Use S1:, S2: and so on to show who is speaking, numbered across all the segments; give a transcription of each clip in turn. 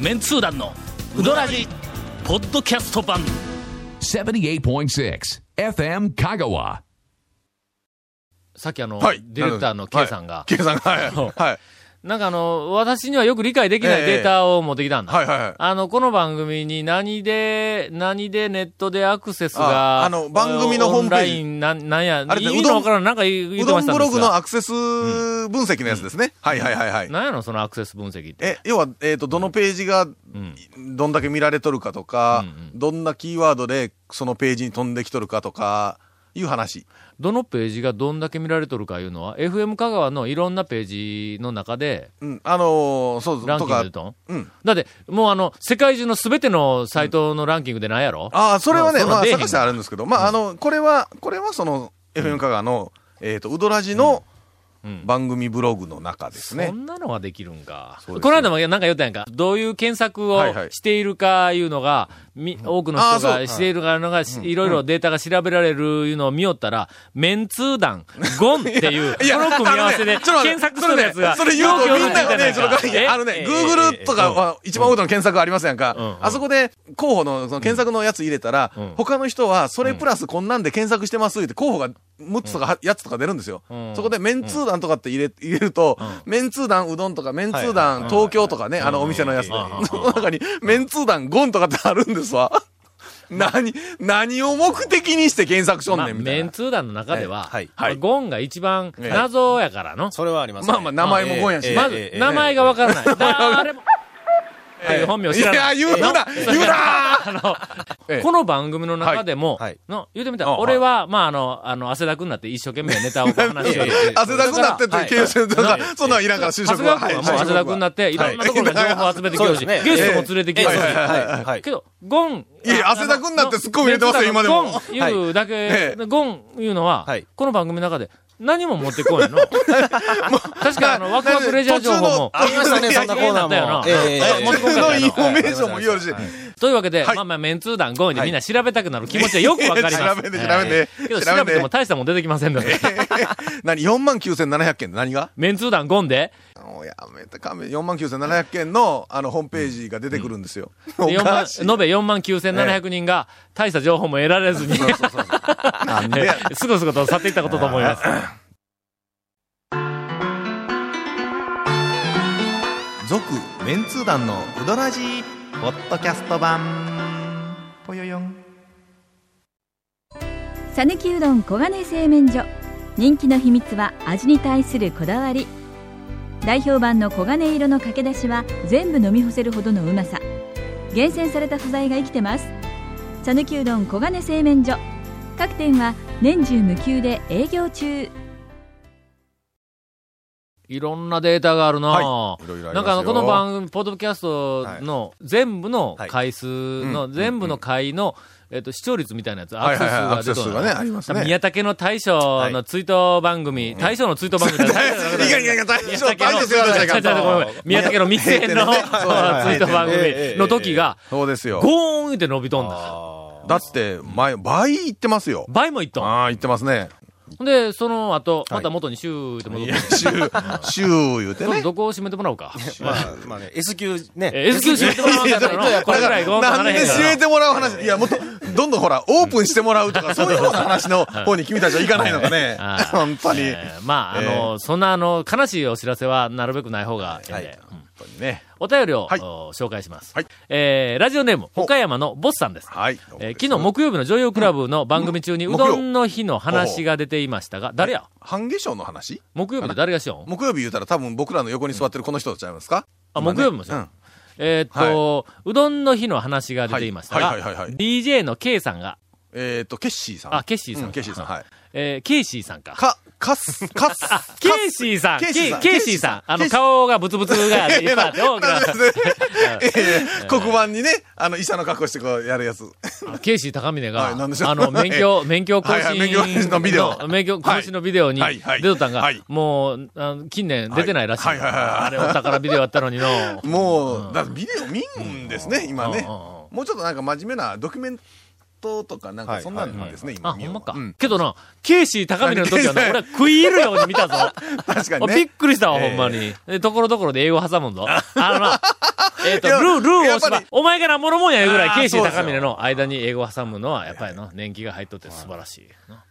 S1: メンツー団のウドラジポッドキャスト版
S2: 78.6 FM Kagawa.
S3: さっきあの、
S4: はい。
S3: ディレクターの K さんが、
S4: K さんが、は い。
S3: そう
S4: はい。
S3: なんかあの、私にはよく理解できない
S4: ええ
S3: データを持ってきたんだ。
S4: はいはいはい
S3: あの、この番組に何で、何でネットでアクセスが、
S4: ああの番組のホームページ
S3: オンライン、なん、なんや、
S4: あれ
S3: 意
S4: ね
S3: 味
S4: うどん
S3: のわからん、なんか言言
S4: う
S3: って
S4: ど
S3: ま
S4: ん
S3: したん
S4: ブ
S3: で
S4: ロ
S3: す
S4: グの
S3: が。
S4: アクセス分析のやつですね。はいはいはいはい。
S3: なんやの、そのアクセス分析って。
S4: え、要は、えっ、と、どのページが、どんだけ見られとるかとか、どんなキーワードでそのページに飛んできとるかとか、いう話。
S3: どのページがどんだけ見られとるかいうのは、FM 香川のいろんなページの中で、
S4: うん。あのーそう、
S3: ランキ
S4: と
S3: ング
S4: か
S3: で。とん
S4: うん。
S3: だって、もうあの、世界中のすべてのサイトのランキングでなんやろ、
S4: ああ、それはね、
S3: そうそう
S4: まあ、
S3: 出えへん
S4: 探してあるんですけど、まあ、あの、これは、これはその、FM 香川の、えっ、と、うどらじの
S3: うん
S4: 番組ブログの中ですね。
S3: そんなのができるんか。
S4: そう
S3: こ
S4: です
S3: の間もなんか言ったやんか。どういう検索を
S4: はいはい
S3: しているかいうのが、み多くの
S4: あ
S3: 人
S4: ーそうは
S3: が
S4: い
S3: しているかのが、いろいろデータが調べられるいうのを見よったら、メンツー団、ゴンっていう、こ
S4: いや
S3: の組み合わせで
S4: あのねちょっと待って
S3: 検索するやつが、
S4: それねそれ言うとみんながね、その概念、あの
S3: る
S4: ね、Google とか、は一番多いの検索ありますやんか。
S3: うんうん
S4: あそこで候補のその検索のやつ入れたら、
S3: うん
S4: 他の人はそれプラスこんなんで検索してますって候補が6つとか8つとか出るんですよ。
S3: うん
S4: そこでメンツー団とかって入れ入れると、メンツー団うどんとか、メンツー団東京とかね、あのお店のやつで、
S3: うんうんうん
S4: その 中にメンツー団ゴンとかってあるんですわ。何、何を目的にして検索しとん
S3: ま
S4: ね
S3: あ、
S4: んみたい
S3: メン
S4: な。
S3: ツー団の中では
S5: はい、
S3: まあゴンが一番
S4: ええ
S3: 謎やからの。
S5: それはあります、ね。
S4: まあまあ、名前もゴンやし。
S5: ええ
S3: まず、名前がわからない。誰も、はい本名知らない。
S4: いや、言うな言うな
S3: あの、
S4: ええ
S3: この番組の中でも、
S5: はいはい
S3: の言うてみた
S4: あ
S3: ら、
S4: はい
S3: 俺は、まあ、あの、あの、汗だくになって一生懸命ネタを話してる。
S4: 汗だくになってって、経営者とか、そんなんいらんから、就
S3: 長谷
S4: 職
S3: 川
S4: は。
S3: 君はもう
S4: はい
S3: 汗だくになって、いろんなところから情報を集めてきよるし、
S5: はい
S3: ゲストも連れてきよるし、
S4: ええ
S5: はいはいはい。
S3: けど、ゴン。
S4: いや
S3: あ
S4: 汗だくになって
S3: あの
S4: ツッコミ入れてますよ今でも
S3: ゴン言うだけ
S4: え、
S3: ゴン言うのは
S5: はい、
S3: この番組の中で何も持ってこい の。確か、あの、ワクワクレジャー情報も。
S5: ありましたね、そんなコー
S3: い
S5: ナ
S3: やいや
S5: ーも。
S3: いやいや
S5: え
S3: もう
S4: 途
S3: 一個
S4: 中
S3: ぐら
S4: の
S3: い
S4: イ
S3: の
S4: ンフォメーションも言うし、
S3: というわけで、
S4: はい
S3: まあまあ、メンツー団5位で
S4: はい
S3: みんな調べたくなる気持ちはよくわかります。
S4: い や調べて調べて
S3: ええけど
S4: 調べて
S3: 調べても大したもん出てきませんので。
S4: 何、4万9700件で何が
S3: メンツー団5んで、
S4: もうやめて、勘弁、4万9700件の、あの、ホームページが出てくるんですよ。お
S3: で四万
S4: かしい。
S3: 延べ4万9700人が大した情報も得られずに、
S4: なんでや
S3: すぐすぐと去っていったことと思います。
S4: 続、メンツー団のうどらじ
S6: ポッドキャスト版ぽよよん
S7: さぬきうどん黄金製麺所人気の秘密は味に対するこだわり代表版の黄金色のかけだしは全部飲み干せるほどのうまさ厳選された素材が生きてます「さぬきうどん黄金製麺所」各店は年中無休で営業中
S3: いろんなデータがあるな、
S4: は
S3: なんかあの、この番組、ポッドキャストの全部の回数の、
S4: はい
S3: 全部の回の、えっと、視聴率みたいなやつ、ア
S4: はい
S3: クセ
S4: は
S3: ス
S4: いはい、ア
S3: が
S4: ク
S3: 出て
S4: セス
S3: る
S4: がね、ありますね。
S3: 宮武の大将の追悼番組、大将の追悼番組だ
S4: いかにいかに、大将、大将、
S3: 違う違う違うごめんごめん宮武の密園の そう
S4: ね
S3: ツイート番組の時が、
S4: そうですよ。
S3: ゴーンって伸びとんだ。
S4: だって、前、倍行ってますよ。
S3: 倍もいっとん。
S4: ああ、行ってますね。
S3: で、その後、また元にシューって戻っ
S4: い
S3: て
S4: や、、 週、週言うて
S3: ちょっと
S4: ね。
S3: どこを締めてもらおうか。
S5: まあ、まあね、S 級ね。
S3: え S 級締めてもらわなかった らの、これぐらいゴーンと
S4: な
S3: なんれへ
S4: で
S3: んか
S4: 締
S3: ら
S4: め。てもらう話、いや、もっと、どんどんほら、オープンしてもらうとか、そういうような話の方に君たちはいかないのかね
S3: ああ。
S4: 本当に。
S3: えーまあ、あの、そんな、あの、悲しいお知らせはなるべくない方がいいんで。うん
S4: 本当にね。
S3: お便りを、
S4: はい
S3: お紹介します。
S4: はい
S3: えーラジオネーム、岡山のボスさんです。
S4: はい。
S3: えー昨日、木曜日の女優クラブの番組中に、
S4: う
S3: うんどんの日の話が出ていましたが、誰や
S4: 半化粧の話
S3: 木曜日で誰がしよん
S4: 木曜日言うたら多分僕らの横に座ってるこの人ちゃいますか
S3: あ、木曜日もし
S4: う
S3: よん
S4: ん。。
S3: えーっと、うどんの日の話が出ていましたが、
S4: はいはいはいはいはい
S3: DJ の K さんが、
S4: えっと、ケッシーさん。
S3: あケッシーさん
S4: うケッシーさん。はい。
S3: えー、ケイシーさんか。
S4: か、かす、かす。
S3: ケイシーさんケ
S4: ケイシーさん
S3: イシーさんあ
S4: ケ
S3: の、
S4: イシー
S3: 顔がブツブツ がいっぱいあって、大き
S4: な
S3: な
S4: んでええ黒板にね、あの、医者の格好してこうやるやつ。
S3: ケイシー高峰
S4: は
S3: が、
S4: いなんでしょう
S3: あの、免許、免許更
S4: はいはい免許更
S3: 新
S4: 新のビデオ
S3: 免許更新のビデオに
S4: はいは
S3: 出
S4: い
S3: とったんが
S4: はい、
S3: もう、あの近年出てないらしい。
S4: はいはいはいはい
S3: あれ、お宝ビデオやったのにの。
S4: もう、だってビデオ見んですね、今ね。
S3: うんうんうん
S4: もうちょっとなんか真面目なドキュメントとかなんか そんなんですね、
S3: あ、
S4: 今
S3: ほ
S4: 見よ
S3: ん
S4: う
S3: まか
S4: うん。
S3: けどな、ケイシー高峰の時はな、
S4: 何
S3: 俺は食い入るように見たぞ。
S4: 確かに
S3: びっ
S4: ね。
S3: くりしたわ、
S4: ええ
S3: ほんまに。でところどころで英語挟むんぞ。あのな、えっと、
S4: い
S3: ル
S4: や
S3: ー、ルーをし
S4: や
S3: ば
S4: っぱり、
S3: お前からもろもんやいうぐらい、
S4: あー
S3: ケイシー
S4: そうです
S3: 高
S4: よ
S3: 峰の間に英語を挟むのは、やっぱりの、年季が入っとって素晴らしいな。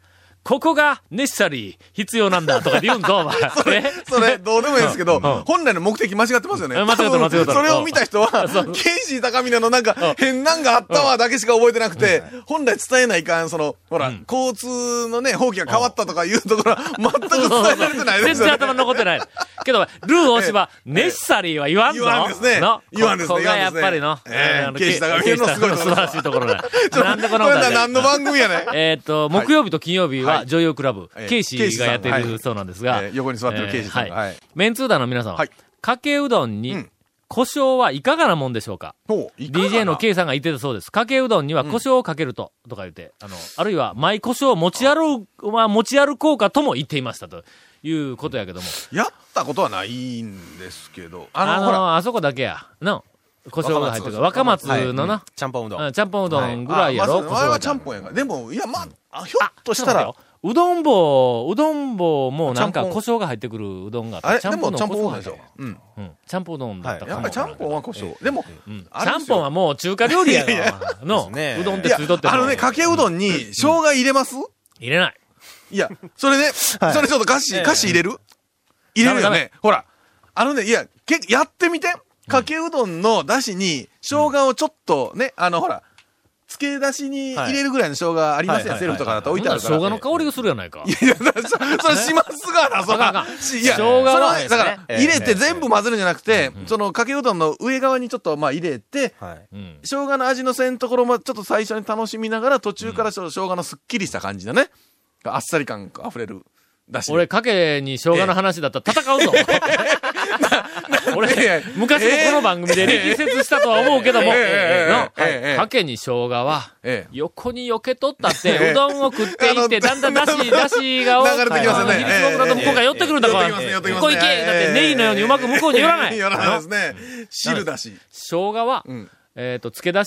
S3: ここが、ネッシャリー、必要なんだ、とか言うんぞ、お前。ね
S4: それ、どうでもいいですけど、
S3: んうん
S4: 本来の目的間違ってますよね。
S3: 間違ってる
S4: 多分
S3: 間違ってる
S4: それを見た 人は、ケイシー高峰のなんか、変なんがあったわだけしか覚えてなくて、本来伝えないかん、その、ほら、交通のね、放棄が変わったとかいうところは、全く伝えられてないで
S3: 全
S4: す
S3: 然
S4: よね。
S3: 頭に残ってない。けど、ルー大芝、ネッサリーは言わんぞ。
S4: 言わんですね
S3: の
S4: 言わんですね
S3: ここがやっぱりの、
S4: 言わんですね
S3: あの
S4: ええ
S3: け
S4: ケイシ高峰のすごいところ
S3: ケイシ高峰の素晴らしいところ だ。なんでこの
S4: これな何の番組や ねん。
S3: えーっと、木曜日と金曜日は
S4: はい
S3: 女優クラブ、
S4: ええ
S3: ケイシーがやって
S4: ケイシーさんは
S3: る
S4: い
S3: そうなんですが、
S4: ええ横に座ってるケイシーさんが
S3: え
S4: はい
S3: はい。メンツーダーの皆さんは
S4: はい、
S3: かけうどん
S4: う
S3: に
S4: ん
S3: 胡椒はいかがなもんでしょうか
S4: ほういかがな
S3: DJ の K さんが言ってたそうです。かけうどんには胡椒をかけると、とか言って、あの、あるいは、舞胡椒を持ち歩く、まあ、持ち歩こうかとも言っていましたということやけども。
S4: やったことはないんですけど、あ
S3: あ
S4: の、
S3: の、あ
S4: ほら、
S3: そこだけや。の、胡椒が入ってるから。若
S4: 若
S3: 松
S4: 松
S3: のな、
S5: ちゃんぽんうど
S3: うん
S5: ん。
S3: ちゃんぽんうどんぐらいやろ、
S4: あまあそう前はちゃん
S3: ん。
S4: ぽんやから。でも、いや、まああ、ひょっと
S3: ちょ
S4: し
S3: っと
S4: た
S3: 待
S4: ら
S3: っ、てようどん棒、うどん棒もなんか
S4: ちゃんぽ
S3: 胡
S4: ん
S3: 椒が入ってくるうどんがあ
S4: あ
S3: っ
S4: れ、
S3: た。
S4: でもちゃんぽんうどん
S3: 入
S4: で
S3: っ
S4: してょ
S3: る。。
S4: うん。
S3: うん。ちゃんぽんうどんだったかも
S4: やっぱりちゃんぽんは胡椒。でも、
S3: うん
S4: あ
S3: ち
S4: れ
S3: ゃ
S4: で
S3: ん
S4: すよ
S3: ぽんはもう中華料理や
S4: いやいや
S3: わ。の、
S5: ですね
S3: うどんって
S4: いや
S3: ついとっても
S4: あのね、かけうどんに生姜入れます、
S3: 入れない。
S4: いや、それね、それちょっと菓子、菓子入れる入れるよ
S3: ダメダ
S4: ね。ほら、あのね、いや、けやってみて。かけうどんの出汁に生姜をちょっとね、あのほら、漬け出しに入れるぐらいの生姜ありますやん、
S5: はい
S4: セルフとかだ
S3: ほ
S4: と置
S3: ん
S4: いて
S3: な
S4: あ
S3: ら
S4: るか
S3: 生
S4: ら。
S3: 姜の香りがするやないか。
S4: いや、だからそそれしますがな、そ
S3: あかんあ
S4: ら
S3: か。ん
S4: しいや、
S3: 生姜は
S4: それは
S5: です
S4: だ
S5: ね
S4: から、
S5: ええ
S4: 入れて全部混ぜるんじゃなくて、その、かけうどんの上側にちょっと、まあ、入れて、
S5: はい。
S3: うん。
S4: 生姜の味のせんところもちょっと最初に楽しみながら、途中からちょっと生姜のすっきりした感じだね。あっさり感あふれる。だし。
S3: 俺、、かけに生姜の話だったら戦うぞ。 俺、昔もこの番組で力説したとは思うけども、
S4: ええええ
S3: の
S4: ええええ
S3: かけに生姜は、
S4: ええ。
S3: 横に避けとったって、
S4: ええ
S3: うどんを食っていって、だ
S4: あの
S3: んだんだ し、だしが多
S4: 流れてきますよね
S3: 比率が多くなっても、
S4: ええ
S3: 今回寄ってくるんだから、
S4: 寄ってきますね寄ってき
S3: 向
S4: ますね
S3: こう行け、
S4: ええ
S3: だってネギのようにうまく向こうに寄らない。
S4: 寄ら ないですね。汁だし。
S3: 生姜は、
S4: うん
S3: えっと、漬け出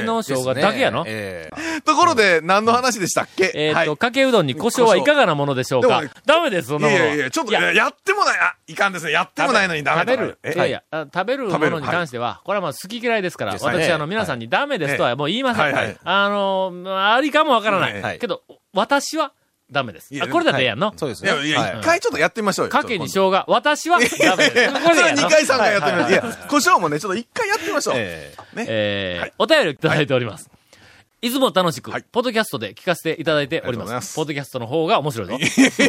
S3: しの生姜だけやの。
S5: ええ
S4: ところで、何の話でしたっけ
S3: えっ
S4: はい
S3: と、かけうどんに胡椒はいかがなものでしょうか
S4: でも
S3: ダメです、そん
S4: い
S3: なものは。
S4: やいや、ちょっと、いややってもない、あ、いかんですね。やってもないのにダメだ
S3: 食べる。
S4: え
S3: いやいや、あ食べるも
S4: 食べる
S3: のに関しては、これはまあ好き嫌いですから、
S5: ですね
S3: 私、あの、皆さんにダメですとはもう言いませ
S4: はいはい
S3: ん。あの、ありかもわから
S4: は
S3: ないい。けど、私はダメです
S4: い。や
S3: あ、これだってええやんの。
S5: そうです
S4: い
S5: ね。
S4: やいや、
S5: は
S4: 一回ちょっとやってみましょうよ。
S3: かけに
S4: ちょっ
S3: 生姜、私 はダメです。
S4: と
S3: これ
S4: そ
S3: でええや
S4: れは
S3: ん
S4: 2
S3: の。
S4: 回3回やってみましょう。いや、胡椒もね、ちょっと1回やってみましょう。
S5: え
S4: ね。
S3: えーお便りをいただいております。いつも楽しく
S4: はい、
S3: ポッドキャストで聞かせていただいており
S4: ありがとうござい
S3: ま。
S4: ますす
S3: ポッドキャストの方が面白いぞ。
S4: い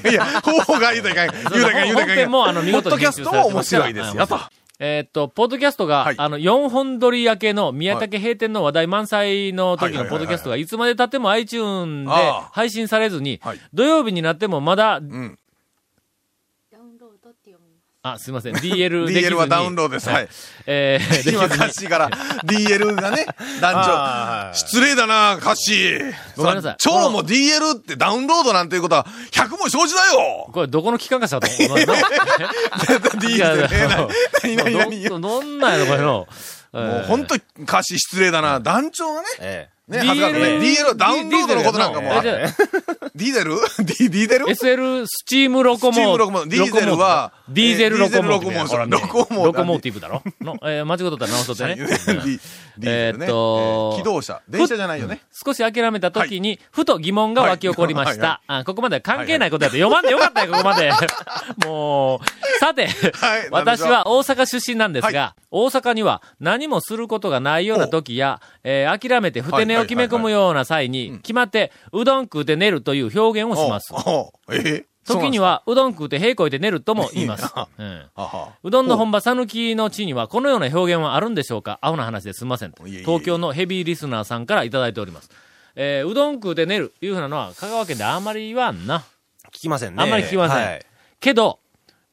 S4: やいや、方が言う たらいかん。言うたらいかん、言うたら
S3: 本
S4: いかん。
S3: 編も、あの、見
S4: ポッ
S3: 事
S4: ド
S3: に
S4: キャ
S3: 編
S4: ス
S3: 集
S4: ト
S3: され
S4: も
S3: てま
S4: 面
S3: すから
S4: 白いです
S3: うん
S4: よ。と。
S3: えーっと、ポッドキャストが、
S4: はい
S3: あの、4本撮り明けの宮武閉店の話題満載の時
S4: は
S3: の
S4: い
S3: ポッドキャストがいつまで経っても iTune で
S4: ああ
S3: 配信されずに
S4: はい、
S3: 土曜日になってもまだ、
S4: うん。
S3: あ、すいません、DL できずに。
S4: DL はダウンロードです。はい。
S3: えー、 できず
S4: 今、
S3: に
S4: 歌詞から DL がね、
S5: あ
S4: 団
S5: ー
S4: 長。失礼だな、歌詞。
S3: ごめんなさい
S4: そら超も DL ってダウンロードなんていうことは、100も承知だよ
S3: これどこの機関かしらと思 ういや
S4: !DL ってねえな、何何
S3: どんどんなんやろ、これの。
S4: もう本当に歌詞失礼だな。団長がね、
S5: え
S4: ね、恥ずかしい。DL はダウンロードのことなんかも。
S3: えじゃあ
S4: DL?D、ディ ゼル
S3: SL スチームロコモ
S4: スチームロコモディーゼルは
S3: ディーゼルロコモ
S4: ディーゼルロコモ
S3: ロ
S4: ロ
S3: コ
S4: コ
S3: モ
S4: モ
S3: ロコモーティブだろの、えー間違ったら直しとってね。
S4: D-
S3: え
S4: DL
S3: ー
S4: ね。
S3: っと
S4: えー機動車。電車じゃないよね。
S3: 少し諦めた時に、ふと疑問が湧き起こりました。
S4: は
S3: あここまでは関係ないことやって、読まんでよかったよ、ここまで。 もう、さて、
S4: はいなんで
S3: 私
S4: しょう
S3: は大阪出身なんですが、大阪には何もすることがないような時や、えー諦めてふて寝を決め込むような際に、決まって、うどん食うて寝るという表現をします。
S4: おうおうえー
S3: 時に。は、うどん食うて平行いて寝るとも言います。うん
S4: そうなんですかはは
S3: うどんの本場、さぬきの地には、このような表現はあるんでしょうか青な話ですいませんと。
S4: いえいえいえ
S3: 東京のヘビーリスナーさんからいただいております。えーうどん食うて寝る、いうふうなのは、香川県であんまり言わんな。
S5: 聞きませんね。
S3: あんまり聞きません。
S5: はい
S3: けど、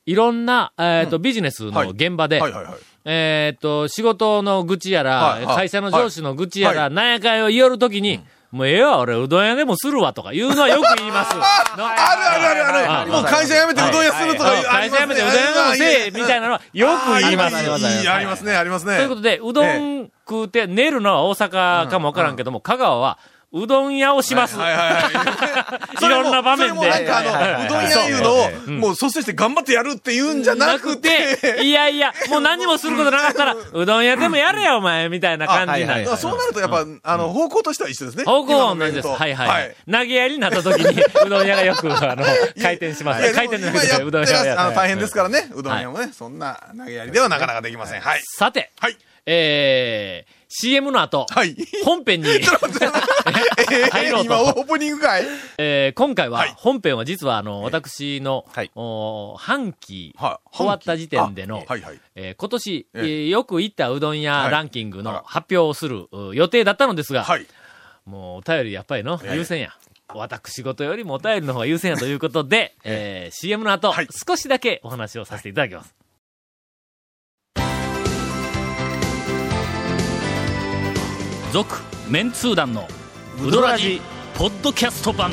S3: いろんな、えっ、と、ビジネス
S4: はい
S3: の現場で、
S4: はいはいはい。
S3: えっ、と、仕事の愚痴やら、
S4: はいはい
S3: 会社の上司の愚痴やら、
S4: は
S3: なんやかんやを言おるときに、もうええわ、俺、うどん屋でもするわ、とか言うのはよく言い ます。の
S4: あるあるあるあ
S3: あ
S4: る。もう会社辞めてうどん屋するとか
S3: うん
S4: あ
S3: 会
S4: り
S3: 社
S4: ますね。
S3: 辞めてうどん屋のせい、みたいなのはよく言います。
S4: あーいいいいありますね、ありますね。
S3: ということで、うどん食うて寝るのは大阪かもわからんけども、香川は、うどん屋をします。
S4: はいはいはい。
S3: いろんな場面で
S4: それもなんかあの、
S5: はいはいはいう
S4: どん屋いうのを、もう率先して頑張ってやるって言うんじゃなくて、
S3: いやいや、もう何もすることなかったら、うどん屋でもやれよ、お前、みたいな感じにな
S5: はい
S3: る
S5: は。い
S4: そうなるとやっぱ、あの、方向としては一緒ですね。
S3: 方向
S4: 今
S3: は
S4: の
S3: 同
S4: 面
S3: じです。
S4: と
S3: はいはい。投げやりになった時に、うどん屋がよく、あ の、回転します。
S4: いや
S3: 回転じゃなく
S4: で
S3: て、
S4: も
S3: う
S4: 今
S3: ど
S4: や
S3: ん
S4: って
S3: 屋が
S4: らっし
S3: や
S4: ゃ
S3: る
S4: あの大変ですからね、うどん屋もね、そんな投げやりではなかなかできません。はい。
S3: さて、
S4: はい。
S3: えー、CM の後、
S4: はい。
S3: 本編に、入
S4: え
S3: ろ
S4: ー
S3: う
S4: 今、オ
S3: と。
S4: ープニングかい
S3: えー今回は
S4: はい、
S3: 本編は実は、あの、私の
S5: はい、
S3: おー半期、
S4: はい
S3: 終わった時点での
S4: あはいはい。
S3: えー今年、え
S4: ええ
S3: ーよく行ったうどん
S4: は
S3: 屋
S4: い
S3: ランキング
S4: あ
S3: の
S4: ら
S3: 発表をするう予定だったのですが、
S4: はい。
S3: もうお便りやっぱりの、
S4: ええ
S3: 優先や。私事よりもお便りの方が優先やということ で、えー CM の後、
S4: はい
S3: 少しだけお話をさせていただきます。
S1: 続メンツー団のウドラジポッドキャスト版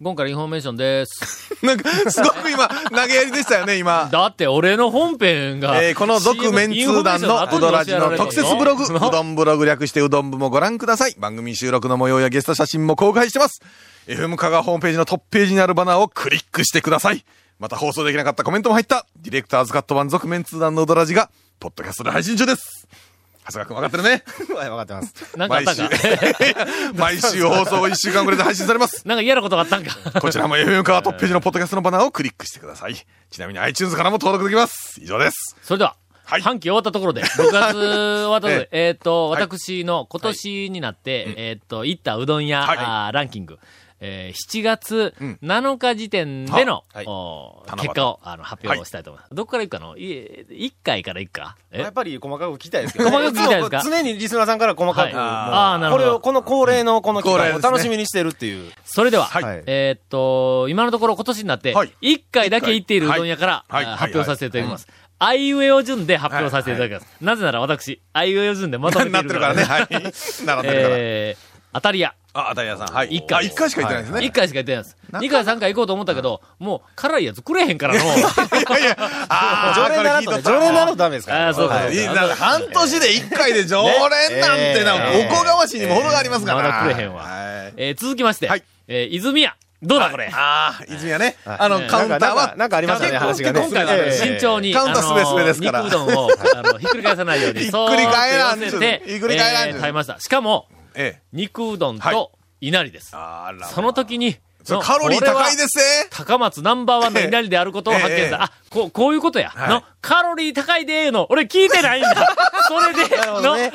S3: 今からインフォメーションです。
S4: なんか、すごく今、投げやりでしたよね、今。
S3: だって俺の本編が、
S4: えーこの続メンツー団のうどらじの特設ブロ グ、うどんブログ略してうどん部もご覧ください。番組収録の模様やゲスト写真も公開してます。FM 香川ホームページのトップページにあるバナーをクリックしてください。また放送できなかったコメントも入った、ディレクターズカット版続メンツー団のうどらじが、ポッドキャストで配信中です。長谷川くん分かってるね。
S5: はい、わかってます。
S3: なんかあったんか
S4: 毎週毎週 放送1週間くらいで配信されます。
S3: なんか嫌なことがあったんか。
S4: こちらも FM カートップページのポッドキャストのバナーをクリックしてください。ちなみに iTunes からも登録できます。以上です。
S3: それでは、
S4: はい、
S3: 半期終わったところで、6月終わったところで えーっと、
S4: はい
S3: 私の今年になって、えーっと、行ったうどん屋、
S4: はい
S3: あーランキング、えー7月
S4: うん
S3: 7日時点での、
S5: はい
S3: おー
S4: 七夕
S3: 結果をあの発表をしたいと思います。どこから行くかの ?1 回から行くかえ
S5: やっぱり細かく聞きたいですけど、
S3: 細かく聞きたいですか
S5: も常にリスナーさんから細か
S3: はい
S5: く、
S3: あーなる
S5: こ
S3: ほど
S5: れを、この恒例のこの機
S4: 恒例
S5: 会
S4: で
S5: を
S4: すね
S5: 楽しみにしてるっていう。
S3: それでは、
S5: はい
S3: えーっと、今のところ今年になって
S4: はい、
S3: 1回だけ行っているうどん屋から、
S4: はいはい
S3: あー
S4: はい
S3: 発表させていただきます。あいうえお順で発表させていただきます。なぜなら私、あいうえお順でまとめてい
S4: なっ
S3: る
S4: てる
S3: か
S4: かららね。
S3: ね。
S4: はい。 並んでるから。
S3: えー、当たり屋。
S4: あ、ダイヤさん。はい。
S3: 一回
S4: あ一回しか行ってないですね。
S3: 一回しか行ってないです。二回三回行こうと思ったけど、もう辛いやつくれへんからの。
S4: いやいや、あー
S5: 常連なら
S4: これ聞いと
S5: とね、
S4: った
S5: 常連ならとダメですから。
S3: あーそうか
S5: はい
S3: そう
S4: いいな半年で一回で常連なんてな、
S5: ね
S4: おこがましいにも程がありますから。
S3: まだ食えへんわ
S4: はい
S3: えー続きまして
S4: はい、
S3: えー泉屋。どうだこれ。
S4: ああ、泉はね、あ
S5: え
S4: の、
S5: ー
S4: カウンター
S5: なん
S4: は
S5: か、なんかありましたね、話がね。
S3: 今回は
S5: ええ
S3: 慎重に、
S4: カウンターすべすべですから
S3: あのー肉うどんを、あ の、ひっくり返さないように、
S4: ひっくり返らん
S3: そーっと寄せて、
S4: ひっくり返らん
S3: えー食べました。しかも、
S4: ええ。
S3: 肉うどん
S4: はい
S3: と稲荷です。
S4: あら
S3: その時に、
S4: それ
S3: の
S4: カロリー
S3: 俺は
S4: 高いですね。
S3: 高松ナンバーワンの稲荷であることを発見し
S4: ええ
S3: た。あ、こう、こういうことや。
S4: はい
S3: の、カロリー高いでーの、俺聞いてないんだ。 それで、
S5: るほ
S3: の、後で
S5: どね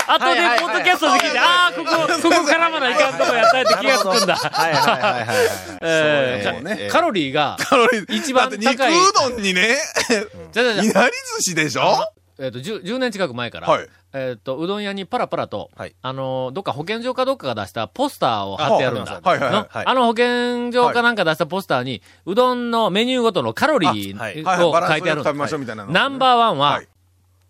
S3: ポッドキャストで聞いて、ああ、ここ、ここ絡まないかんとこやったって気がつくんだ。
S5: はいはいはい はいはい。
S3: え
S4: そうね
S3: ーかカロリー が、
S4: カロリー。
S3: 一番高い
S4: だって肉うどんにね、
S3: じゃじゃ
S4: いな
S3: じ
S4: り
S3: ゃ、
S4: 寿司でしょ
S3: えっと、10 10年近く前から
S4: はい、
S3: えっと、うどん屋にパラパラと
S5: はい、
S3: あのー、どっか保健所かどっかが出したポスターを貼ってあるんだ。
S4: はいはい
S3: の
S4: は
S5: はい
S3: あの保健所かなんか出したポスターに、うどんのメニューごとのカロリー
S5: あはい
S4: い。はい
S3: を
S4: はい。バラ
S3: 書
S4: ン
S3: い
S4: ス
S3: てあ
S4: よ
S3: る
S4: く
S3: ん
S4: 食べ
S3: だ。
S4: ましょうみたいなのね。
S3: ナンバーワンは
S4: はい、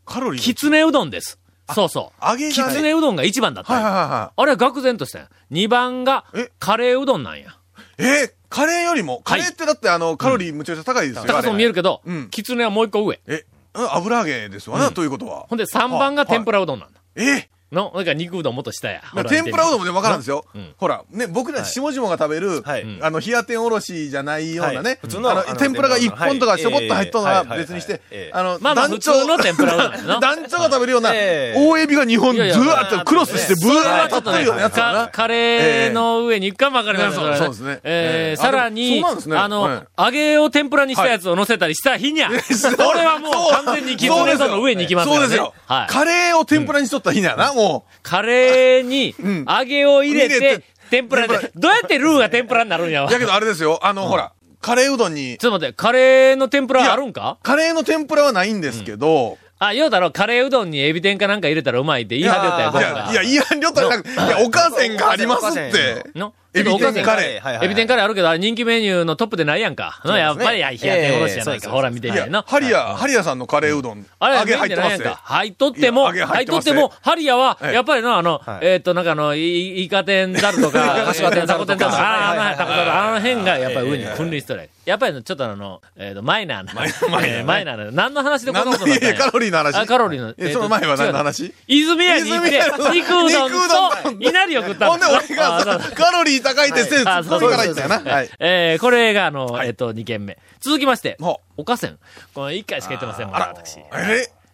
S4: カロリー。
S3: きつねうどんです。そうそう。
S4: 揚げ
S3: き
S4: がね
S3: つねうどんが一番だっ
S4: はいはい
S3: た。
S4: は
S3: あれは愕然としたよ。2番が
S4: え
S3: カレーうどんなんや。
S4: いはい。えーカレーよりも、カレーってだってあの、カロリーむちゃくちゃ高いですよ。
S3: 高そうに見えるけど
S4: う、ん
S3: きつねはもう一個上。
S4: え、うん油揚げですわな、ということは。
S3: ほんで3番が天ぷ
S4: ら。
S3: らうどんなんだ。
S4: はいえ
S3: の、なんか肉うどんもっと下や。ほら
S4: 天ぷらうどん
S3: 見
S4: もでもわからんですよ
S3: ん。
S4: ほら、ね、僕ら下々が食べる
S5: はい、
S4: あの、冷や天おろしじゃないような
S5: はい
S4: ね
S5: 普通の
S4: あ
S5: あ
S4: の、
S5: の
S4: 天ぷらが一本とか
S5: はい
S4: ちょこっと入っとんのは
S5: ええはい
S4: 別にして
S5: はいはい、
S4: あの、
S3: まあまあ
S4: 団長
S3: 普通の天ぷらうどんやな
S4: 団長が食べるような、
S5: ええ
S4: 大エビが2本
S3: い
S4: ず
S3: やいや
S4: わーっとクロスしてブ
S3: てる
S4: ワーっ
S3: ちょ
S4: と
S3: っと
S4: 取
S3: ね
S4: るようなやつだ
S3: か
S4: な。
S3: カレーの上に行くかもわかりません
S4: ええ
S3: れ
S4: そうそうですね
S3: え
S4: え
S3: ー
S4: え
S3: さら
S4: あで
S3: に、
S4: もそうなんですね
S3: あ
S4: は
S3: の、揚げを天ぷらにしたやつを乗せたりした日にゃ、俺はもう完全にきつねうどんの上に行きますか
S4: そう
S3: ら
S4: です
S3: ね
S4: よ。。
S3: はい。
S4: カレーを天ぷらにしとった日だよな、もう。
S3: カレーに
S4: ん
S3: 揚げを入れて、
S4: 入れて
S3: 天ぷら
S4: 天ぷ
S3: で、どうやってルーが天ぷらになるんやわ。ち
S4: や
S3: ょ
S4: けどあれですよ、あの、ほら、カレーうどんに
S3: っ、と待って、カレーの天ぷらあるんか
S4: カレーの天ぷらはないんですけど、
S3: あ、ようだろ、カレーうどんにエビ天かなんか入れたらうまいって言い張ってたよ、
S4: い
S3: 僕
S4: や、
S3: が
S4: い。や、いや、いや、じゃなく、いや、お母さんがありますっ
S5: お母さん
S4: て。
S3: の
S4: エビ天カレー。
S5: はいはいはい
S3: エビ天カレーあるけど、あれ人気メニューのトップでないやんか。うんやっぱり、あ冷や天おろしやない
S5: え
S3: か。
S5: え
S3: ほら見て
S4: い
S3: へん
S4: や
S3: な、。
S4: ハリア、ハリアさんのカレーうどん、
S3: あれ、
S4: 揚
S3: メ
S4: げ
S3: イン
S4: 入っ
S3: じ
S4: て
S3: ゃな
S4: ま
S3: いや
S4: す
S3: ん
S4: よ
S3: か。。入っとっても、
S4: いや揚げ入
S3: 入っ
S4: っ
S3: てと
S4: ま
S3: っ
S4: す
S3: て
S4: ね
S3: も、ハリアは、
S4: ええ
S3: やっぱりな、あの
S5: は、い
S3: えっと、なんかあの、いイカ天ざると か、かしわ天ざるとか、あの、あのタコざるあの辺が、やっぱり上に君臨しとる。やっぱり、ちょっとあの、えっと、マイナーな。
S4: マイナーな
S3: えーマイナーな。何の話でこんな
S4: 何の
S3: ことになったんや
S4: カロリーの話
S3: あカロリーの
S4: えその前は何の話
S3: 泉屋に行って
S4: 泉屋の、
S3: 肉うどん
S4: 肉うど
S3: と
S4: ん、と
S3: 稲荷を食った
S4: ほんで、俺
S3: あ
S4: が
S3: そう
S4: さカロリー高いって線突っ込みから言ったよな。はい。
S3: えーこれが、あの、
S4: い
S3: えっと、2件目。続きまして
S4: ほ、
S3: おかせん。この1回しか言ってません、もん私。
S4: え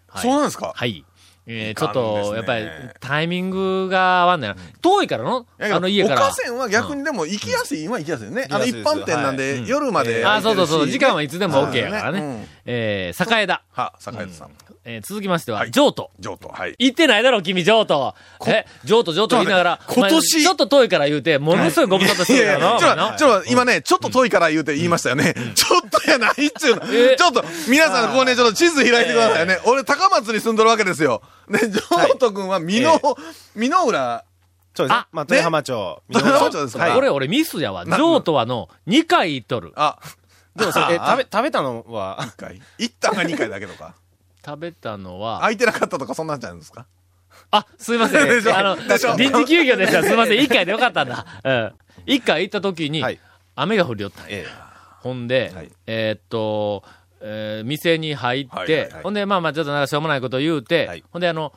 S3: はい
S4: そうなんですか
S3: はい。えー
S4: い
S3: ちょっ
S4: かんです
S3: と、
S4: ね
S3: やっぱり、タイミングが合わんねんな。遠いからの
S4: いやけど
S3: あの家から。
S4: おかせんは逆にでも行きやすい、今行きやすいよね。あの
S5: 行
S4: 一
S5: きやすいです
S4: 般店なんで、夜まで、。
S3: あ、そうそうそう。時間はいいつでも OK
S4: ね
S3: やからね。
S4: うん
S3: えー、栄田。
S4: は、坂井さん。
S3: えー続きまして
S4: は
S3: は、
S4: い
S3: 譲渡。
S4: 譲渡。はい。
S3: 行ってないだろ、君、譲渡。え、譲渡、譲渡言いながら、
S4: ちょっと待って
S3: お前
S4: 今年
S3: ちょっと遠いから言うて、ものすごいご無沙汰し
S4: い
S3: てる
S4: や
S3: や
S4: いや
S3: ろ。
S4: ち
S3: お
S4: ょっと
S3: 前な
S4: 待って、ちょっと待って今ね、ちょっと遠いから言うて言いましたよね。ちょっとやないっちゅうの。
S3: え
S4: ちょっと、皆さん、ここね、ちょっと地図開いてくださいね。俺、高松に住んどるわけですよ。で、譲渡君は、美濃、美濃浦、
S5: そうですね
S3: あ。
S5: まあ、
S4: ね
S5: 豊浜町。
S4: 豊浜町ですか
S5: はい
S3: これ俺ミスやわ。譲渡はの、2回言っとる。
S4: あ、
S5: どうそれえ、食べ、食べたのは、
S4: 一回。一旦が2回だけ とか。
S3: 食べたのは、
S4: 空いてなかったとか、そんなんちゃうんですか
S3: あ、すいません。
S4: でしょ
S3: あの、
S4: でしょ
S3: 臨時休業でした。すいません。1回でよかったんだ。うん。1回行った時に
S5: はい、
S3: 雨が降りよったんや。
S5: え
S3: ほんで、
S4: はい
S3: えーっと、えー店に入って、
S4: はいはいはい
S3: ほんで、まあまあ、ちょっとなんかしょうもないこと言うて、
S5: はい
S3: ほんで、あの、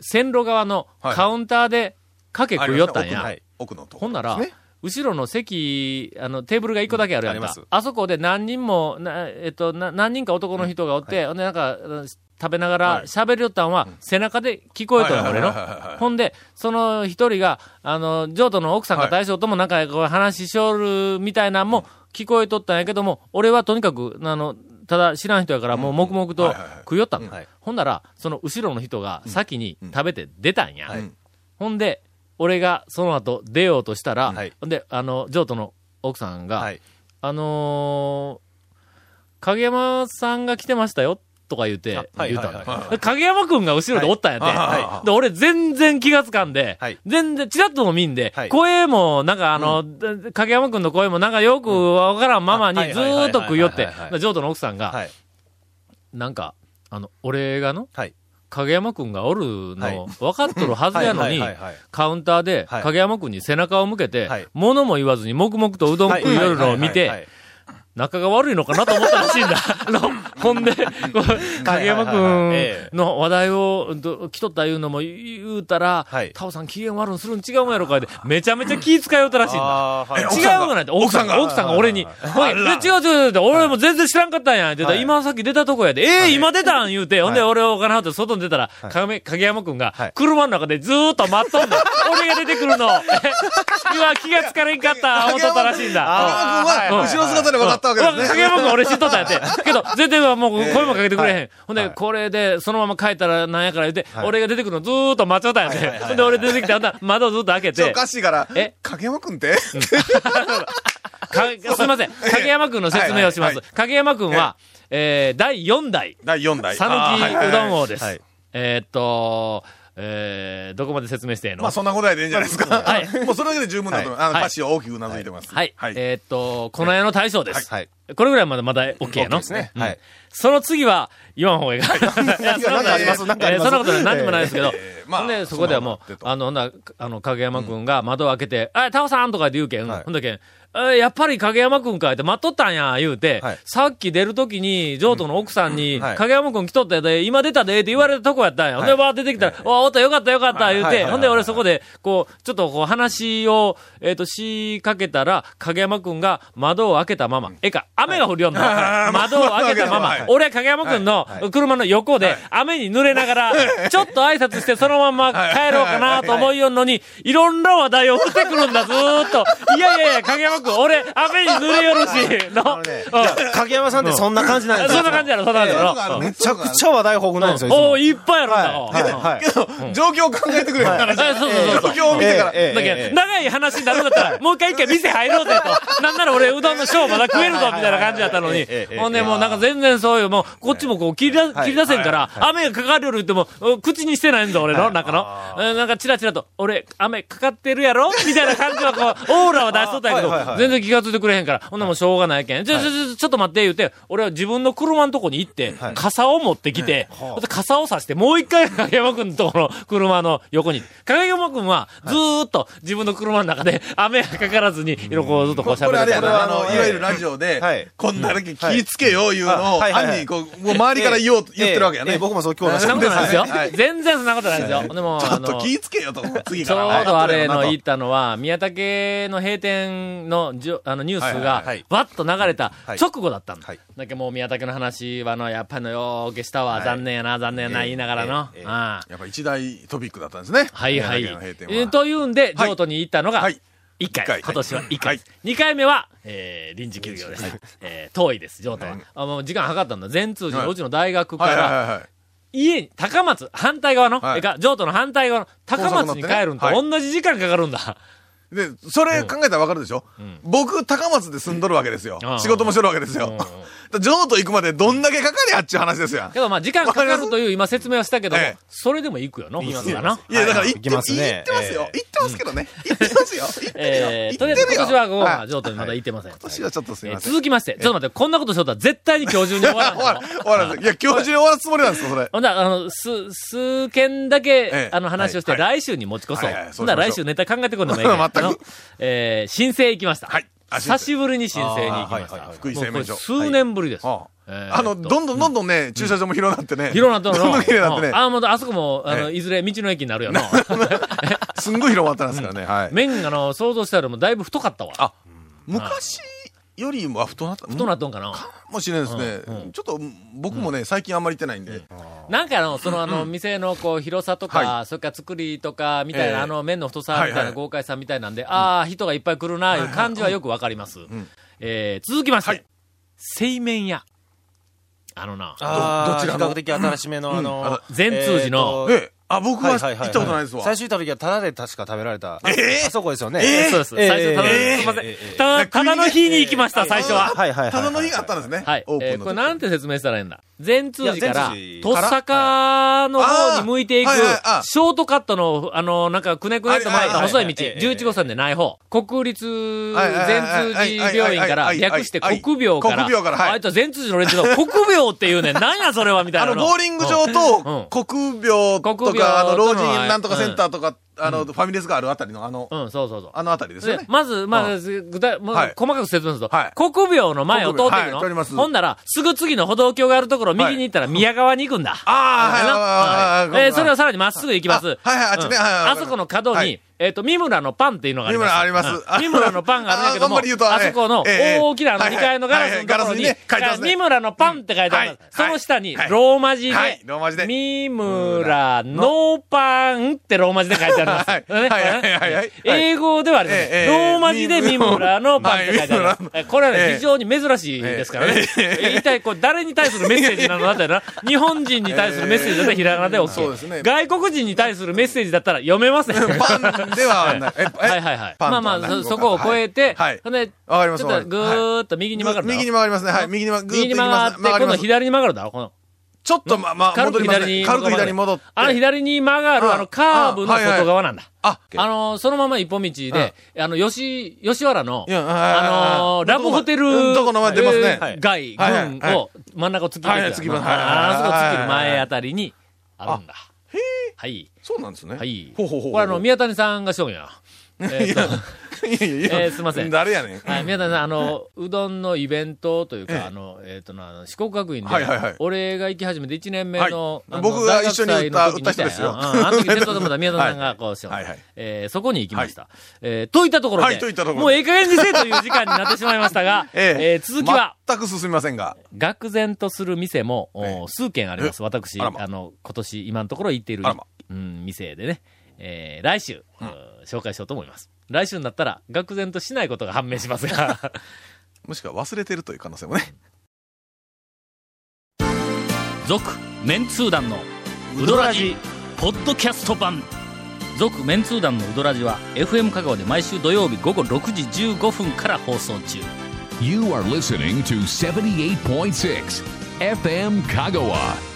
S3: 線路側の
S4: はい
S3: カウンターで、かけ食いよったんや。
S4: あ
S5: は
S4: り
S5: い
S4: 奥のとこ
S3: ほんなら、
S4: ですね
S3: 後ろの席、あの、テーブルが一個だけあるやん
S5: あり
S3: か。
S5: ます
S3: あそこで何人も、なえっとな、何人か男の人がおって、ほんで、なんか、あの食べながら
S4: はい
S3: 喋りよったんは、背中で聞こえとるの、
S4: はい
S3: 俺
S4: はいは
S3: の
S4: いはいはい。
S3: ほんで、その一人が、あの、譲渡の奥さん
S4: は
S3: が
S4: い
S3: 大将ともなんかこう話しおるみたいなんも聞こえとったんやけども、俺はとにかく、あの、ただ知らん人やからもう黙々
S4: は
S3: と
S4: いはいはい
S3: 食いよったの。
S5: うんはい
S3: ほんなら、その後ろの人が先に食べて出たんや。
S4: はい
S3: ほんで、俺がその後出ようとしたら、
S5: はい
S3: ほんで、あの、譲渡の奥さんが、
S5: はい。
S3: あのー影山さんが来てましたよ、とか言うて、
S5: はい
S3: 言うたの、
S5: はいはい
S3: で影山くんが後ろでおったんやて、
S4: はいはい
S3: で、俺全然気がつかんで、
S5: はい
S3: 全然、チラッとも見んで、
S5: はい
S3: 声も、なんかあの、で影山くんの声もなんかよくわからんままに
S5: うんあはい
S3: ずーっと食いよって
S5: はいはいはいはいは
S3: で
S5: い、
S3: 譲渡の奥さんが、
S5: はい。
S3: なんか、あの、俺がの、
S5: はい
S3: 影山くんがおる
S5: はい
S3: の、分かっとるはずやのに
S5: はいはいはいはい、
S3: カウンターで、
S5: はい
S3: 影山くんに背中を向けて、
S5: はい
S3: 物も言わずに黙々とうどん食いよるのを見て、
S5: はいはいはいはい
S3: 仲が悪いのかなと思ったらしいんだ。 あの ほんで、こう影山く
S5: え
S3: んの話題をうんと来とったいうのも言うたら、
S5: はい
S3: タオさん機嫌悪いんするん違うんやろかって、めちゃめちゃ気遣いよったらしいんだ。
S5: あーは
S4: え
S5: い
S3: 違うがないって、奥さんが、奥さんが俺に。おいで違う違う違う、俺も全然知らんかったんや。って言ったら
S5: はい
S3: 今さっき出たとこやで、ええ、今出たん言うて、ほんで
S5: はい
S3: 俺お金払って外に出たら、
S5: い
S3: 影影山くんが
S5: はい、
S3: 車の中でずーっと待っとんの。俺が出てく るの。うわ、気がつかれんかった、思っとったらしいんだ。
S4: 影山君は後ろ姿で分かったわけですね。
S3: 影山君俺知っとったんやって。 けど、全然はもう声もかけてくれへん。ほんで、これで、そのまま帰ったらなんやから言って、俺が出てくるのずーっと待っちゃったんやって。ほんで、俺出てきて、あんな窓をずっと開け
S4: ちょっと
S3: て
S4: お、かしいから
S3: え、
S4: 影山君って
S3: かすいません、影山君の説明をしま
S4: はい
S3: す
S4: は。
S3: 影山君は、えー第4代、
S4: 第4代。
S3: 讃
S4: あーはいは
S3: 岐
S4: いう
S3: どん王です
S5: はい。
S3: えーっと、えーどこまで説明してええの
S4: まあそんなことでいいんじゃないですか。
S3: はい
S4: もうそれだけで十分だと思う。あの
S3: はい
S4: 歌詞を大きくうなずいてます。
S3: はい。
S4: はい。
S3: えーっと、粉屋の大将です。
S5: はい。
S3: これぐらいまでまだ OK やの。
S5: ですね。はい。
S3: その次は言わん方がいいか。いやそんなこと
S4: なんかあります
S5: なんかあります
S3: えーそんなことない何でもないですけど。
S4: えーまあ
S3: ほんで、そこではも
S4: そんな
S3: うあ
S4: の、
S3: の、ほんなあの、影山くんが窓を開けて、あ、タオさんとかで言うけん。
S5: はい
S3: ほんだけん、えーやっぱり影山くんかって待っとったんや、言うて、
S5: はい
S3: さっき出るときに、譲渡の奥さんに、
S5: んはい
S3: 影山くん来とったで、今出たで、って言われたとこやったんや。ほんで、わー出てきたら、わーおったよかったよかった、言う
S5: はいはいはい
S3: て、
S5: はい
S3: ほんで俺そこで、こう、ちょっとこう話を、えっと、しかけたら、影山くんが窓を開けたまま、ええか、雨が降りよんの。
S4: はい
S3: 窓を開けたまま
S4: はい、
S3: 俺は影山くんの車の横で雨に濡れながら、ちょっと挨拶してそのまま帰ろうかなと思いよんのに、いろんな話題を振ってくるんだ、ずーっと。いやいやいや、影山くく、俺、雨に濡れよるし、の。うん
S5: 影山さんってそんな感じなんです
S3: そ
S5: よ。
S3: んな感じやろ、そんな感じやろ。
S4: あの
S5: めちゃくちゃ話題豊富なんですよ。いつも
S3: おおー、いっぱいやろ、
S5: はい。
S3: だ
S5: はい。
S4: けど、状況を考えてくれる話。
S3: からそうそうそうそう。
S4: 状況を見てから。
S5: え
S3: だ
S5: ええ
S3: けど、長い話になるんだ ったら、もう一回一回店入ろうぜと。なんなら俺、うどんのショーまだ食えるぞ、みたいな感じだったのに
S5: えええ。え
S3: ほんで、もうなんか全然そういう、もう、こっちもこう、切りだ、切り出せんから、雨がかかるより言っても、うん口にしてないんだ、俺の、中の。うんなんか、チラチラと、俺、雨かかってるやろみたいな感じは、こう、オーラは出しとったんやけ
S5: あはいはいは
S3: ど、
S5: い
S3: 全然気がついてくれへんから、ほんなもうしょうがないけん。ちょ、ちょ、ちょ、ちょっと待って、言うて、俺は自分の車のとこに行って、傘を持ってきて、ほんで傘を差して、もう一回影山くんのとこの車の横に。影山くんは、ずーっと自分の車の中で、雨がかからずに、こうずっとこう
S4: これ
S3: 喋
S4: あ
S3: って
S4: れや
S3: た
S4: な、
S3: ら。
S4: あ
S5: これはあ
S4: の、
S5: の
S4: いわゆるラジオで
S5: はい、
S4: こんだけ気ぃつけよいうのを、
S5: はいはいはい
S4: 犯人、こう、もう周りから言おうと、言ってるわけや
S5: えええ
S4: ね。
S5: え僕もそう今日
S3: そんなことないですよ
S4: はい。
S3: 全然そんなことないですよ。でも、
S4: ちょ
S3: あ
S4: っと
S3: の、
S4: 気ぃつけよと、次
S3: ち
S4: か
S3: ょ
S4: ら。
S3: うどあれの言
S4: い
S3: っ。たのは、宮武の閉店のじょあのニュース
S4: はいは
S3: が
S4: いはい、
S3: わっと流れた直後だったんだ
S4: はい。
S3: だけどもう宮武の話はの、やっぱりのよーけしたわ、残念やな、残念やな、
S4: ええ
S3: 言いながらの。
S4: ええええ
S3: ああ
S4: やっぱ一大トピックだったんですね。
S3: はいはい。え
S4: 宮崎の閉店は
S3: ーというんで、
S4: はい
S3: 譲渡に行ったのが
S4: はい、
S3: 1回。
S4: 一回
S3: 今年は1
S4: は
S3: 回
S4: い
S3: です。2回目は、えー臨時休業です。えー遠いです、譲渡は。あもう時間計ったんだ。全通寺
S4: は
S3: の
S4: いう
S3: ちの大学か
S4: はいはい
S3: ら、
S4: はいはい。
S3: 家に、高松、反対側の、
S4: はい
S3: えか、譲渡の反対側の、高松に帰るんと
S4: 高速乗ってね
S3: 同じ時間かかるんだ。
S4: で、それ考えたらわかるでしょ、僕、高松で住んどるわけですよ
S3: うん。
S4: 仕事もしてるわけです
S3: う
S4: よ
S3: ん。
S4: 譲渡行くまでどんだけかかりゃっちゅう話ですよ。
S3: けどまあ時間かかるという今説明はしたけども
S4: ええ、
S3: それでも行くよの、普通はな。
S4: いや、だから行っ
S5: 行
S4: て
S5: き
S4: ま
S5: ますすね
S4: 行ってますよ。行ってますけどね。行ってますよ。行ってるよ
S3: え。ー、
S4: 行
S3: と
S4: っ
S3: りあ
S4: て
S3: えず
S4: る
S3: 今
S4: よ
S3: 年はここ
S4: はい
S3: は譲渡にまだ行ってません。
S4: 今年はちょっとす
S3: えー
S4: みません。
S3: 続きまして、ちょっと待って、こんなことしよったら絶対に今日中に終わらん
S4: 終わら
S3: ぞ。
S4: 終わらない。いや、今日中に終わらすつもりなんですか、それ。
S3: ほんだらあの、す、数件だけ
S4: え、
S3: あの話をして、
S4: はい
S3: 来週に持ち越そう
S4: はいはい。
S3: ほ
S4: そ
S3: ん
S4: うしまし
S3: だ
S4: ょう
S3: ら来週ネタ考えてくんでもいいから。
S4: 全く
S3: あのえー、申請行きました。
S4: はいあ申請
S3: 久しぶりに申請に行きまし
S5: あはいはい
S3: た。
S5: はい
S4: 福井
S3: もう
S4: 製
S3: これ
S4: 麺所。
S3: 数年ぶりです。
S4: は
S3: えーっ
S4: あ
S3: と
S4: あの、どんどんどんどんね、駐車場も広なってね。
S3: 広なったの
S4: どんどん綺麗になってね
S3: うん。あ、もうあそこも、あの、
S4: え
S3: いずれ道の駅になるよな。
S4: すんごい広まったんですからね。はい。
S3: 麺、あの、想像したよりもだいぶ太かったわ。
S4: あ昔よりも、あ、太なった。
S3: 太なっとんかな。
S4: かもしれないですね。ちょっと、僕もね、最近あんまり行ってないんで。
S3: なんかあの、そのあの、店のこう、広さと
S4: は
S3: か、それから作りとか、みたい
S4: え
S3: な、
S4: え
S3: あの、麺の太さ
S4: はいはい
S3: みたいな豪快さみたいなんで、ああ、人がいっぱい来るな、いう感じはよくわかります。えー続きまし
S4: は
S3: て
S4: い、
S3: 製麺屋。あのな、
S5: あー
S4: どどちらの
S5: 比較的新しめの、あ
S4: うんあの
S5: の、
S3: 善通寺の
S4: ええ、あ、僕は
S5: は
S4: 行ったことないですわ。
S5: 最初行った時はタダで確か食べられた。あそこですよね。
S3: そうです。
S5: ええ
S3: 最初、ただ、
S5: ええ
S3: すいません
S5: ええええ
S3: ただ、ただの日に行きました、最初は。
S5: はいはいはい。
S4: ただの日があったんですね。
S3: はい。
S4: オー
S3: え
S4: プ
S3: ー
S4: ン
S3: これ
S4: の
S3: なん
S4: 時。
S3: て説明したらいいんだ全通寺から、
S5: いや善
S3: とっ
S5: 通寺から
S3: さかの方に向いていく
S4: あーはいはいあ、ー
S3: ショートカットの、あの、なんか、くねくねっと曲がった
S4: はいはい
S3: 細
S4: はい
S3: い道、
S5: ええええ
S3: 11号線でない方、国立
S4: はいはい
S3: 全
S4: はい
S3: 通寺病院から
S4: はいはいはいはい
S3: 略して国病から、
S4: 国病からはい
S3: あいつは全通寺の連中 が国病っていうね、なんやそれはみたい
S4: あ
S3: な
S4: の、ボーリング場
S3: うん
S4: と、国病と
S3: 国病
S4: か、あの、老人
S3: との
S4: なんとかセンターとか、あの、ファミレスがあるあたりの、あの、
S3: うん、そうそうそう。
S4: あのあたりですよ
S3: で
S4: ね。
S3: まず、ま
S4: う
S3: あ、具体、ま
S4: は
S3: あ
S4: い、
S3: 細かく説明すると
S4: はい、
S3: 国病の前を通っていく
S4: 国病はい通り
S3: の
S4: ます
S3: ほんなら、すぐ次の歩道橋があるところ、右に行ったら宮川に行くんだ。
S4: ああ、はいはいはいはい
S3: え
S4: は
S3: ー
S4: い。
S3: それをさらにまっすぐ行きます。
S4: あはいはいあっちね
S3: うん
S4: はいはい
S3: あそこの角に、
S4: はい
S3: えっ、と、三村のパンっていうのがあります。
S4: 三村あります
S3: うん三村のパンがあるんだけども、
S4: ああんまり言うと
S3: あそこの
S4: ええええ
S3: 大きなあの
S4: はい
S3: 2
S4: はい
S3: 階のガラスのところに、
S4: はいはいガラスにね書いてますね
S3: 三村のパンって書いてあります。
S4: うんはい
S3: その下に、
S4: はい
S3: ローマ字で、
S4: はいローマ字で
S3: 三村のパンってローマ字で書いてあります。
S4: はいはいはいはいはい
S3: 英語ではあります、
S4: ええええ
S3: ローマ字で三村のパンって書いてあります。
S4: はい
S3: えこれはね、
S4: ええ
S3: 非常に珍しいですからね。一体これ誰に対するメッセージなのだったらな、 日本人に対するメッセージだったらひらがなで OK。
S4: そうですね
S3: 外国人に対するメッセージだったら読めませ ん。は
S4: パンではない。え、え
S3: いはいはい。
S4: パ
S3: ま
S4: ンと
S3: あ
S4: は
S3: まあ、
S4: 何
S3: そ
S4: 語か
S3: そこを超えて、
S4: はい。
S3: ほんで、ち
S4: わかり
S3: ょっ
S4: ます
S3: と
S4: わかります
S3: ぐーっと右に曲がるだろ
S4: 右に曲がりますね。はい。右に曲が
S3: 右に曲がって、
S4: ぐー
S3: 今
S4: っと行きます
S3: 度
S4: ます
S3: 左に曲がるだろ、この。
S4: ちょっとまあまあ
S3: 軽
S4: 戻
S3: く
S4: ります
S3: 左に
S4: ね。軽く左に戻って。
S3: あの左に曲がる、
S4: あ
S3: あのカーブの
S4: あはいはい
S3: 外側なんだ。
S4: あ、
S3: あの、そのまま一本道で、あの、吉、吉原の、
S4: いや
S3: あのー、ラブホテル、
S4: うんどこの前出ますね
S3: えー街、
S4: はいはい
S3: 群
S4: はい
S3: を、真ん中を突き抜
S4: はいは
S3: け
S4: い
S3: て
S4: 突
S3: る
S4: き抜け
S3: の、
S4: ますはい
S3: あそこを突きる
S4: はいはい
S3: 前
S4: はい
S3: あたりにあるんだ。はい。
S4: そうなんですね。
S3: はい。
S4: ほうほうほうほう。
S3: これあの、宮谷さんがしょん や。えーと
S4: いやいやいや
S3: えーすいません
S4: 誰やねん。
S3: はい宮谷さん、あの、うどんのイベントという
S4: ええ
S3: か、あの、えっとな、あの四国学院で
S4: はいはいはい、
S3: 俺が行き始めて1年目の
S4: はい、
S3: あの
S4: 僕が一緒に
S3: 大学祭の時
S4: 歌った人ですよ
S3: うんうんあ の時、ネットでもだ宮谷さんがこうしよ
S4: はいはい
S3: えーそこに行きました。えーといったところ
S4: は
S3: で
S4: いといったとこ、ろで、
S3: もうええ加減にせえという時間になってしまいましたが えー続きは、。
S4: 全く進みませんが。
S3: 愕然とする店も、お
S4: ええ
S3: 数軒あります。私、
S4: あ
S3: あ
S4: らま
S3: の、今年、今のところ行っている、
S4: あらま
S3: うん、店でね。えー来週、うん紹介しようと思います。来週になったら、愕然としないことが判明しますが。
S4: もしくは忘れてるという可能性もね。
S1: 続メンツー団のウドラジポッドキャスト版続メンツー団のウドラジは FM 香川で毎週土曜日午後6時15分から放送中
S2: You are listening to 78.6 FM Kagawa.